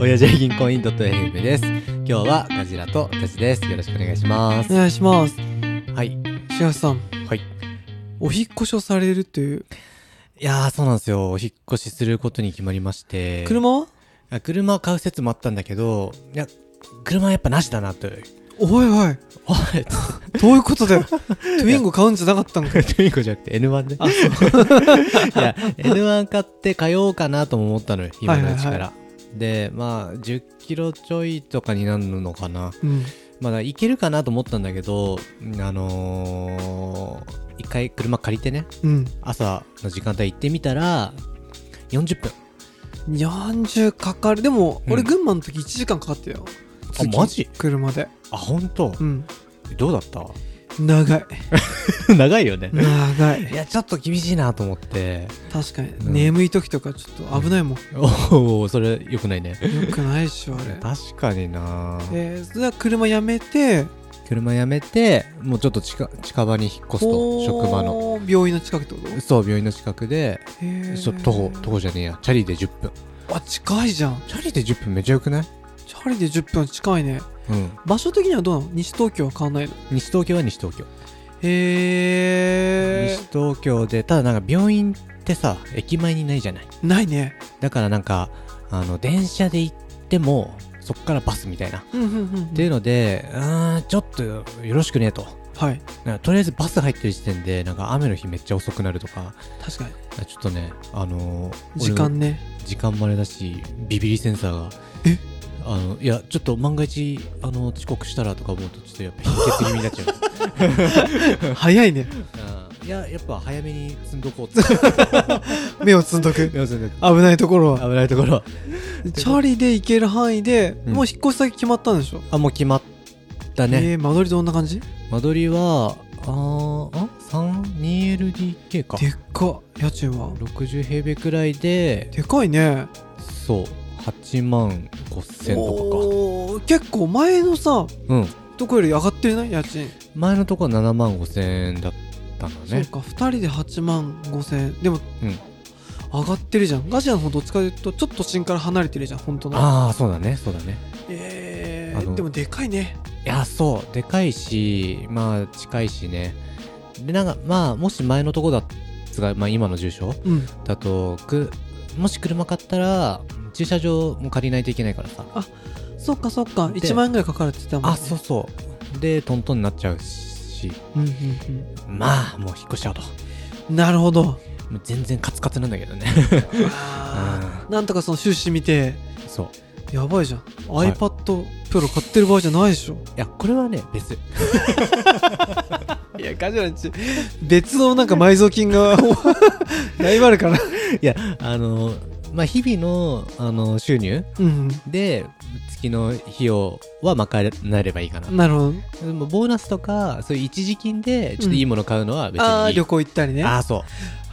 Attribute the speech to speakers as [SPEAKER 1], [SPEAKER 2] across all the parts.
[SPEAKER 1] 親父は銀行員 .fm です。今日はガジラとタチです。よろしくお願いします
[SPEAKER 2] お。願いします
[SPEAKER 1] はい。い
[SPEAKER 2] 白石さん
[SPEAKER 1] はい
[SPEAKER 2] お引っ越しをされるという
[SPEAKER 1] やー、そうなんですよ。お引っ越しすることに決まりまして。
[SPEAKER 2] 車は
[SPEAKER 1] あ車を買う説もあったんだけど、いや、車はやっぱなしだなと。
[SPEAKER 2] おいお
[SPEAKER 1] お
[SPEAKER 2] い
[SPEAKER 1] い
[SPEAKER 2] どういうことだ よトゥインゴ買うんじゃなかったのか
[SPEAKER 1] トゥインコじゃなくて N1 ね。
[SPEAKER 2] あそう
[SPEAKER 1] いや、N1 買って通おうかなとも思ったのよ、今のうちから。
[SPEAKER 2] はいは
[SPEAKER 1] で、まあ、10キロちょいとかになるのかな。
[SPEAKER 2] うん
[SPEAKER 1] まだいけるかなと思ったんだけど、うんあのー一回車借りてね、
[SPEAKER 2] うん
[SPEAKER 1] 朝の時間帯行ってみたら、40分。
[SPEAKER 2] 40かかるでも、
[SPEAKER 1] うん
[SPEAKER 2] 俺群馬の時1時間かかってたよ
[SPEAKER 1] あ
[SPEAKER 2] 通勤
[SPEAKER 1] マジ
[SPEAKER 2] 車で
[SPEAKER 1] あ、本当、
[SPEAKER 2] うん
[SPEAKER 1] どうだった
[SPEAKER 2] 長い
[SPEAKER 1] 長いよね。
[SPEAKER 2] 長い
[SPEAKER 1] いや、ちょっと厳しいなと思って。
[SPEAKER 2] 確かに、
[SPEAKER 1] うん
[SPEAKER 2] 眠い時とかちょっと危ないもん、
[SPEAKER 1] おお、それ良くないね。
[SPEAKER 2] よくないっしょあ れ
[SPEAKER 1] 確かにな
[SPEAKER 2] えー、それは車やめて
[SPEAKER 1] 車やめて、もうちょっと近近場に引っ越すと、職場の。
[SPEAKER 2] の病院の近くってこと
[SPEAKER 1] そう、病院の近くで、
[SPEAKER 2] へー
[SPEAKER 1] そう徒歩、徒歩じゃねえや。チャリで10分。
[SPEAKER 2] あ近いじゃん
[SPEAKER 1] チャリで10分めちゃ良くない
[SPEAKER 2] チャリで10分近いね
[SPEAKER 1] うん。
[SPEAKER 2] 場所的にはどうなの西東京は変わんないの
[SPEAKER 1] 西東京は西東京。
[SPEAKER 2] へえ
[SPEAKER 1] 西東京でただなんか病院ってさ駅前にないじゃない
[SPEAKER 2] ないね
[SPEAKER 1] だからなんかあの電車で行ってもそっからバスみたいな、
[SPEAKER 2] うんうんうんうん
[SPEAKER 1] っていうのでうーんちょっとよろしくねと
[SPEAKER 2] はい
[SPEAKER 1] なんかとりあえずバス入ってる時点でなんか雨の日めっちゃ遅くなるとか
[SPEAKER 2] 確かに
[SPEAKER 1] ちょっとねあのー
[SPEAKER 2] 時
[SPEAKER 1] 俺の
[SPEAKER 2] 間 ね
[SPEAKER 1] 時間までだしビビリセンサーが
[SPEAKER 2] え
[SPEAKER 1] あのいやちょっと万が一あの遅刻したらとか思うとちょっとやっぱ貧血気味になっちゃう
[SPEAKER 2] 早いね
[SPEAKER 1] うんいややっぱ早めに積んどこうって
[SPEAKER 2] 目をつんどく
[SPEAKER 1] 目を積んどく
[SPEAKER 2] 危ないとこ ろは
[SPEAKER 1] 危ないところ
[SPEAKER 2] チャリで行ける範囲で、
[SPEAKER 1] うん
[SPEAKER 2] もう引っ越し先決まったんでしょ
[SPEAKER 1] あ、もう決まったね。
[SPEAKER 2] えー、間取りどんな感じ
[SPEAKER 1] 間取りは、あー、あ ?3?2LDK か。
[SPEAKER 2] でっか家賃は
[SPEAKER 1] 60平米くらいで、
[SPEAKER 2] でかいね
[SPEAKER 1] そう、8万5千と
[SPEAKER 2] おー結構前のさ
[SPEAKER 1] かか。うん。
[SPEAKER 2] とこより上がってるな家賃、
[SPEAKER 1] 前のとこは7万5千だったんだ
[SPEAKER 2] そう
[SPEAKER 1] ね。
[SPEAKER 2] か2人で8万5千円でも、
[SPEAKER 1] うん
[SPEAKER 2] 上がってるじゃんガジラの方どっちかというとちょっと都心から離れてるじゃん本当の
[SPEAKER 1] ああ、そうだね、そうだね。
[SPEAKER 2] え
[SPEAKER 1] あ
[SPEAKER 2] ー、
[SPEAKER 1] の
[SPEAKER 2] でもでかいね
[SPEAKER 1] いや、そう、でかいし、まあ、近いしね。で、なんか、まあ、もし前のとこだっつが、まあ、今の住所
[SPEAKER 2] うん
[SPEAKER 1] だと、く、もし車買ったら、駐車場も借りないといけないからさ。
[SPEAKER 2] そっかそっか
[SPEAKER 1] で
[SPEAKER 2] 1万円ぐらいかかるって言ったもん、ね、
[SPEAKER 1] あそうそうでトントンになっちゃうし
[SPEAKER 2] うんうんう
[SPEAKER 1] まあもう引っ越しちゃうと
[SPEAKER 2] んなるほど
[SPEAKER 1] もう全然カツカツなんだけどね
[SPEAKER 2] あーなんとかその収支見て
[SPEAKER 1] そう
[SPEAKER 2] やばいじゃん
[SPEAKER 1] はい
[SPEAKER 2] iPad Pro 買ってる場合じゃないでしょ
[SPEAKER 1] いやこれはね 別
[SPEAKER 2] いやガジラんち別のなんか埋蔵金 がライバルから
[SPEAKER 1] いやあのまあ日々のあの収入
[SPEAKER 2] うん
[SPEAKER 1] で月の費用は賄えればいいかな、
[SPEAKER 2] なるほど
[SPEAKER 1] でもボーナスとかそういう一時金でちょっといいもの買うのは別にいい、
[SPEAKER 2] ああー旅行行ったりね
[SPEAKER 1] ああそ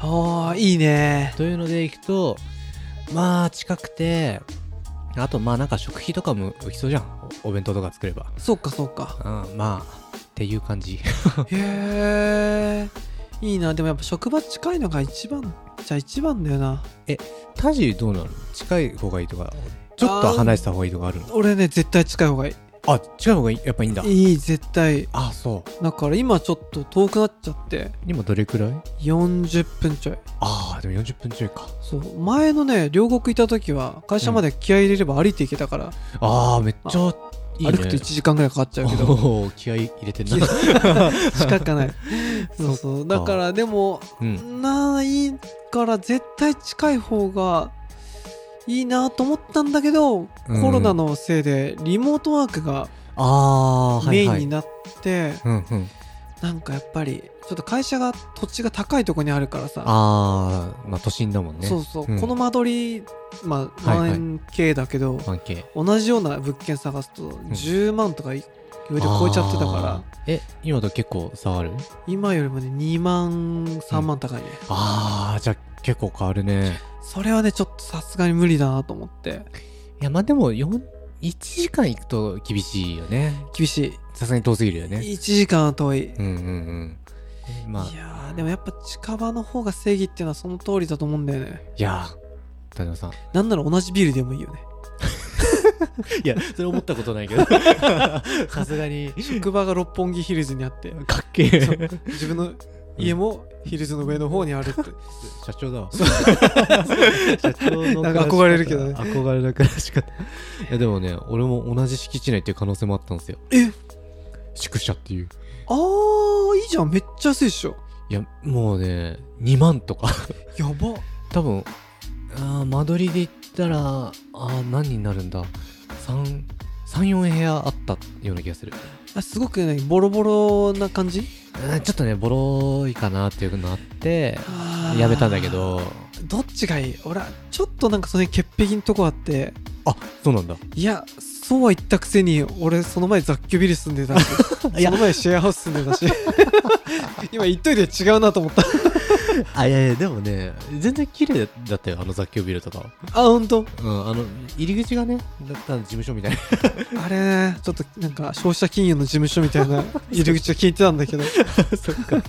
[SPEAKER 1] う
[SPEAKER 2] ああいいね
[SPEAKER 1] というので行くとまあ近くてあとまあなんか食費とかも浮きそうじゃんおお弁当とか作れば
[SPEAKER 2] そっかそっか
[SPEAKER 1] うんまあっていう感じ
[SPEAKER 2] へえいいなでもやっぱ職場近いのが一番じゃあ一番だよな
[SPEAKER 1] タジどうなの近い方がいいとかちょっと離れてた方がいいとかあるの
[SPEAKER 2] 俺ね絶対近い方がいい
[SPEAKER 1] あ近い方がいいやっぱいいんだ
[SPEAKER 2] いい絶対
[SPEAKER 1] あそう
[SPEAKER 2] だから今ちょっと遠くなっちゃって
[SPEAKER 1] 今どれくらい
[SPEAKER 2] 40分ちょい
[SPEAKER 1] ああでも40分ちょいか
[SPEAKER 2] そう前のね両国いた時は会社まで気合い入れれば歩いていけたから、
[SPEAKER 1] ああめっちゃいいね
[SPEAKER 2] 歩くと1時間ぐらいかかっちゃうけ ど
[SPEAKER 1] おー気合い入れてんな
[SPEAKER 2] 気合近かないそうそうだからでも
[SPEAKER 1] うん
[SPEAKER 2] ないから絶対近い方がいいなと思ったんだけ
[SPEAKER 1] う
[SPEAKER 2] ど、
[SPEAKER 1] ん
[SPEAKER 2] コロナのせいでリモートワークが
[SPEAKER 1] ああーは
[SPEAKER 2] メ
[SPEAKER 1] い
[SPEAKER 2] イン
[SPEAKER 1] は
[SPEAKER 2] に
[SPEAKER 1] い
[SPEAKER 2] なって、
[SPEAKER 1] うんうん
[SPEAKER 2] なんかやっぱりちょっと会社が土地が高いとこにあるからさ、
[SPEAKER 1] ああまあ都心だもんね
[SPEAKER 2] そうそう、
[SPEAKER 1] ん
[SPEAKER 2] この間取りまあ
[SPEAKER 1] はいはい
[SPEAKER 2] 1K だけど、
[SPEAKER 1] 1K
[SPEAKER 2] 同じような物件探すと10万とかい上で超えちゃってたから
[SPEAKER 1] あーえ今と結構差ある
[SPEAKER 2] 今よりもね2万3万高いね、
[SPEAKER 1] ああじゃあ結構変わるね
[SPEAKER 2] それはねちょっとさすがに無理だなと思って
[SPEAKER 1] いやまあでも1時間行くと厳しいよね
[SPEAKER 2] 厳し
[SPEAKER 1] さすがに遠すぎるよ
[SPEAKER 2] い
[SPEAKER 1] ね
[SPEAKER 2] 1時間は遠い、
[SPEAKER 1] うんうんうんまあ
[SPEAKER 2] いやーでもやっぱ近場の方が正義っていうのはその通りだと思うんだよね
[SPEAKER 1] いやー田島さん
[SPEAKER 2] なんなら同じビールでもいいよね
[SPEAKER 1] いや、それ思ったことない けど。さすがに。
[SPEAKER 2] 職場が六本木ヒルズに あって
[SPEAKER 1] かっけ
[SPEAKER 2] そう
[SPEAKER 1] え。
[SPEAKER 2] 自分の家もヒルズの上の方にあるって
[SPEAKER 1] 社長だわ。社長の
[SPEAKER 2] なんか憧れるけどね
[SPEAKER 1] 憧れる暮らし方。いや、でもね、俺も同じ敷地内っていう可能性もあったんですよ。
[SPEAKER 2] え
[SPEAKER 1] 宿舎っていう。
[SPEAKER 2] あーいいじゃんめっちゃ安いっしょ
[SPEAKER 1] いや、もうね、2万とか。
[SPEAKER 2] やば
[SPEAKER 1] 多分、あー間取りで言ったら、あー何になるんだ。3、3、4部屋あったような気がする。
[SPEAKER 2] あすごくねボロボロな感じ
[SPEAKER 1] うんちょっとね、ボロいかなっていうのあって、
[SPEAKER 2] あー
[SPEAKER 1] やめたんだけど。
[SPEAKER 2] どっちがいい俺はちょっとなんかその辺潔癖のとこあって
[SPEAKER 1] あ、そうなんだ。
[SPEAKER 2] いやそうは言ったくせに俺その前雑居ビル住んでたし その
[SPEAKER 1] いや
[SPEAKER 2] 前シェアハウス住んでた し今言っといて違うなと思った
[SPEAKER 1] あ、いやいや、でもね、全然綺麗だったよ、あの雑居ビルとか。
[SPEAKER 2] あ本当
[SPEAKER 1] うん、あの、入り口がね、だったら事務所みたいな。
[SPEAKER 2] あれねちょっとなんか消費者金融の事務所みた いな入り口を聞いてたんだけど
[SPEAKER 1] そっ か。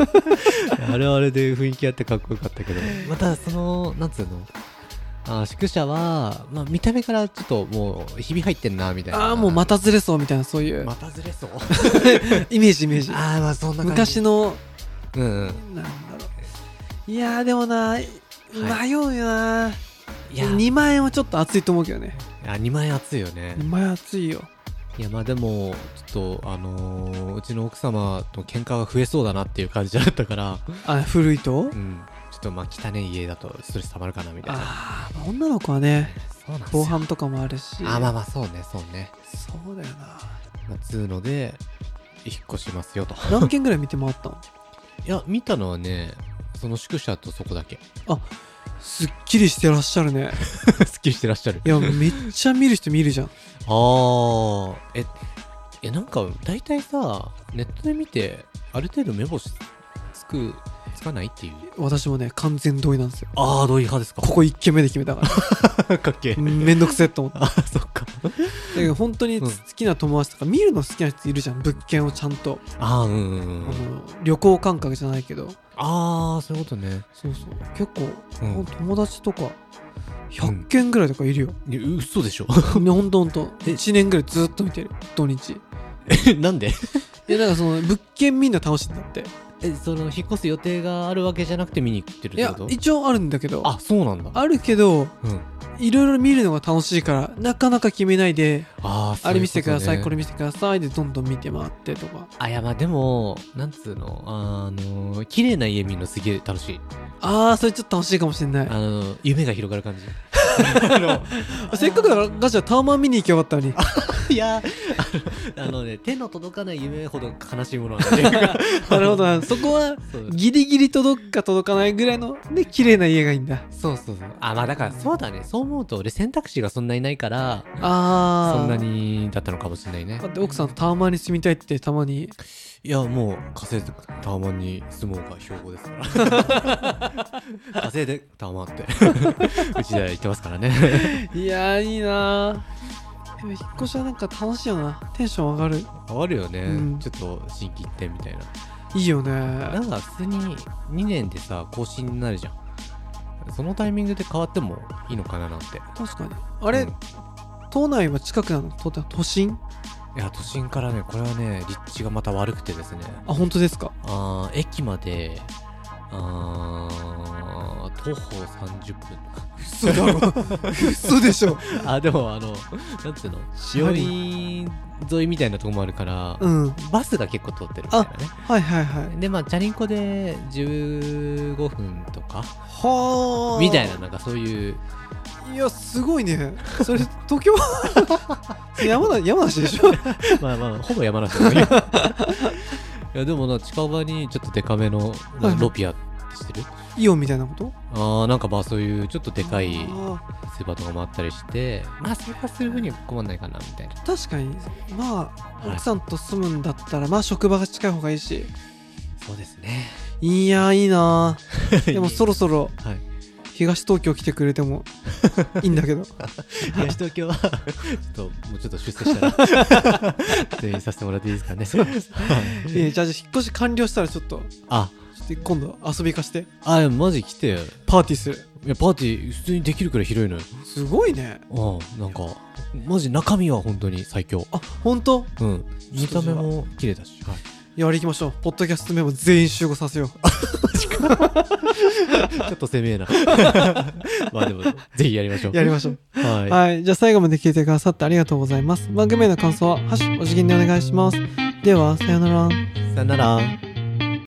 [SPEAKER 1] あれはあれで雰囲気あってかっこよかったけど。また、その、なんつうのあ宿舎は、まあ、見た目からちょっともう、ひび入ってんな、みたいな。
[SPEAKER 2] ああもうま
[SPEAKER 1] ま
[SPEAKER 2] たずれそうみたいなそういう、
[SPEAKER 1] たずれ そう。
[SPEAKER 2] イメージイメージ
[SPEAKER 1] ああ、まあそんな感じ。
[SPEAKER 2] 昔の
[SPEAKER 1] うんうん。
[SPEAKER 2] なんだろういやーでもな迷うよな、
[SPEAKER 1] いや、
[SPEAKER 2] 2万円はちょっと熱いと思うけどね
[SPEAKER 1] あ2万円熱いよね。
[SPEAKER 2] 2万円熱いよ
[SPEAKER 1] いや、まあでも、ちょっと、あのーうちの奥様と喧嘩が増えそうだなっていう感じだったから、
[SPEAKER 2] あ古いと
[SPEAKER 1] うん。ちょっとまあ汚い家だとストレス溜まるかなみたい な。
[SPEAKER 2] あーまあ女の子はね
[SPEAKER 1] そうなんですよ
[SPEAKER 2] 防犯とかもあるし
[SPEAKER 1] あ、まあまあそうね、そうね。
[SPEAKER 2] そうだよな
[SPEAKER 1] まあ、つうので、引っ越しますよと。
[SPEAKER 2] 何件ぐらい見て回ったの
[SPEAKER 1] いや、見たのはね、その宿舎とそこだけ。
[SPEAKER 2] すっきりしてらっしゃるね
[SPEAKER 1] すっきりしてらっしゃる。
[SPEAKER 2] いやめっちゃ見る人見るじゃん
[SPEAKER 1] あー、え、え、なんか、大体さ、ネットで見て、ある程度目星つく、つかないっていう。
[SPEAKER 2] 私もね完全同意なんですよ
[SPEAKER 1] あー、同意派 ですか
[SPEAKER 2] ここ1軒目で決めた か
[SPEAKER 1] かっけえ
[SPEAKER 2] らめんどくせえと思った
[SPEAKER 1] あ、そっか。
[SPEAKER 2] だけど本当に
[SPEAKER 1] うん
[SPEAKER 2] 好きな友達とか見るの好きな人いるじゃん物件をちゃんと、
[SPEAKER 1] あー、うんうんう
[SPEAKER 2] あ
[SPEAKER 1] ん。
[SPEAKER 2] の旅行感覚じゃないけど
[SPEAKER 1] あー、そういうことね。
[SPEAKER 2] そうそう結構、
[SPEAKER 1] うん
[SPEAKER 2] ほんと友達とか100件ぐらいとか いるよ、
[SPEAKER 1] いや嘘でしょ。
[SPEAKER 2] ねほんとほんと1年ぐらいずっと見てる土日
[SPEAKER 1] なんで
[SPEAKER 2] でなんかその物件みんな楽しいんだって
[SPEAKER 1] え、その、引っ越す予定があるわけじゃなくて見に行ってるっ
[SPEAKER 2] い
[SPEAKER 1] て
[SPEAKER 2] や
[SPEAKER 1] こと
[SPEAKER 2] 一応あるんだけど
[SPEAKER 1] あ、そうなんだ。
[SPEAKER 2] あるけど
[SPEAKER 1] うん。
[SPEAKER 2] いろいろ見るのが楽しいからなかなか決めないで
[SPEAKER 1] あー
[SPEAKER 2] あれ見せてくださいこ
[SPEAKER 1] れ
[SPEAKER 2] れ見せてくださいでどんどん見て回ってとか
[SPEAKER 1] あいやまあでもなんつうのあのー綺麗な家見るのすげえ楽しい
[SPEAKER 2] ああそれちょっと楽しいかもしれない
[SPEAKER 1] あのー夢が広がる 感じ
[SPEAKER 2] せっかくだからガチャタワマン見に行きゃよかったのに
[SPEAKER 1] いやあのあのね手の届かない夢ほど悲しいも のなんだっていうか
[SPEAKER 2] なるほどなそこは
[SPEAKER 1] そう
[SPEAKER 2] ギリギリ届くか届かないぐらいのね綺麗な家がいいんだ
[SPEAKER 1] そうそうそうあまあだからそうだねそう思うと俺選択肢がそんなにないから
[SPEAKER 2] ああ
[SPEAKER 1] そんなにだったのかもしれないね
[SPEAKER 2] だって奥さんタワマンに住みたいってたまに
[SPEAKER 1] いやもう稼いでタワマンに住もうが標語ですから 稼いでタワマンって うちでは言ってますからね
[SPEAKER 2] いやーいいなーでも引っ越しはなんか楽しいよなテンション上がる
[SPEAKER 1] 変わるよね、
[SPEAKER 2] うん
[SPEAKER 1] ちょっと心機一転みたいない
[SPEAKER 2] いよね
[SPEAKER 1] なんか普通に2年でさ更新になるじゃんそのタイミングで変わってもいいのかななんて
[SPEAKER 2] 確かに
[SPEAKER 1] あ
[SPEAKER 2] あれ、都内は近くなの都都心
[SPEAKER 1] いや都心からねこれはね立地がまた悪くてですね
[SPEAKER 2] あ本当ですか
[SPEAKER 1] あー駅まであー徒歩30分
[SPEAKER 2] 嘘だろ 嘘でしょ
[SPEAKER 1] あでもあのなんつうの病院沿いみたいなとこもあるから、
[SPEAKER 2] うん
[SPEAKER 1] バスが結構通ってるみたいなね
[SPEAKER 2] はいはいはい
[SPEAKER 1] でまあチャリンコで15分とか
[SPEAKER 2] はあ
[SPEAKER 1] みたいななんかそう いう
[SPEAKER 2] いやすごいねそれ東京 山梨山梨でしょ
[SPEAKER 1] まあまあ、ほぼ山梨だ けどいや、でもな、近場にちょっとデカめの
[SPEAKER 2] はいはい
[SPEAKER 1] ロピアってしてる
[SPEAKER 2] イオンみたいなこと
[SPEAKER 1] ああ、なんかまあそういうちょっとでかいス
[SPEAKER 2] あ
[SPEAKER 1] ーパーとかもあったりして、まあ生活する分には困んないかな、みたいな。
[SPEAKER 2] ー確かにま
[SPEAKER 1] は
[SPEAKER 2] あ
[SPEAKER 1] い
[SPEAKER 2] 奥さんと住むんだったらまあ職場が近い方がいいし
[SPEAKER 1] そうです ね。
[SPEAKER 2] いや いいなーでもそろそろ
[SPEAKER 1] はい。
[SPEAKER 2] 東東京来てくれてもいいんだけど
[SPEAKER 1] 東東京は、ちょっと、もうちょっと出世したら、 全員させてもらっていいですかね。
[SPEAKER 2] いやじゃあじゃあ引っ越し完了したらちょっと
[SPEAKER 1] あ、
[SPEAKER 2] ちょっと今度遊び行かして
[SPEAKER 1] あ、でもマジ来てよ。
[SPEAKER 2] パーティーする
[SPEAKER 1] いやパーティー普通にできるくらい広いのよ
[SPEAKER 2] すごいね
[SPEAKER 1] うんなんかマジ中身は本当に最強
[SPEAKER 2] あ本当
[SPEAKER 1] うん見た目
[SPEAKER 2] ちょっと
[SPEAKER 1] も綺麗だし、はい
[SPEAKER 2] いやあれ行きましょうポッドキャストメモ全員集合させよう
[SPEAKER 1] ちょっと攻めえ な。まあでも、ぜひやりましょう。
[SPEAKER 2] やりましょう
[SPEAKER 1] はい。
[SPEAKER 2] はい、じゃあ最後まで聞いてくださってありがとうございます番組への感想は「ハッシュお辞儀」でお願いしますではさようなら
[SPEAKER 1] さよなら。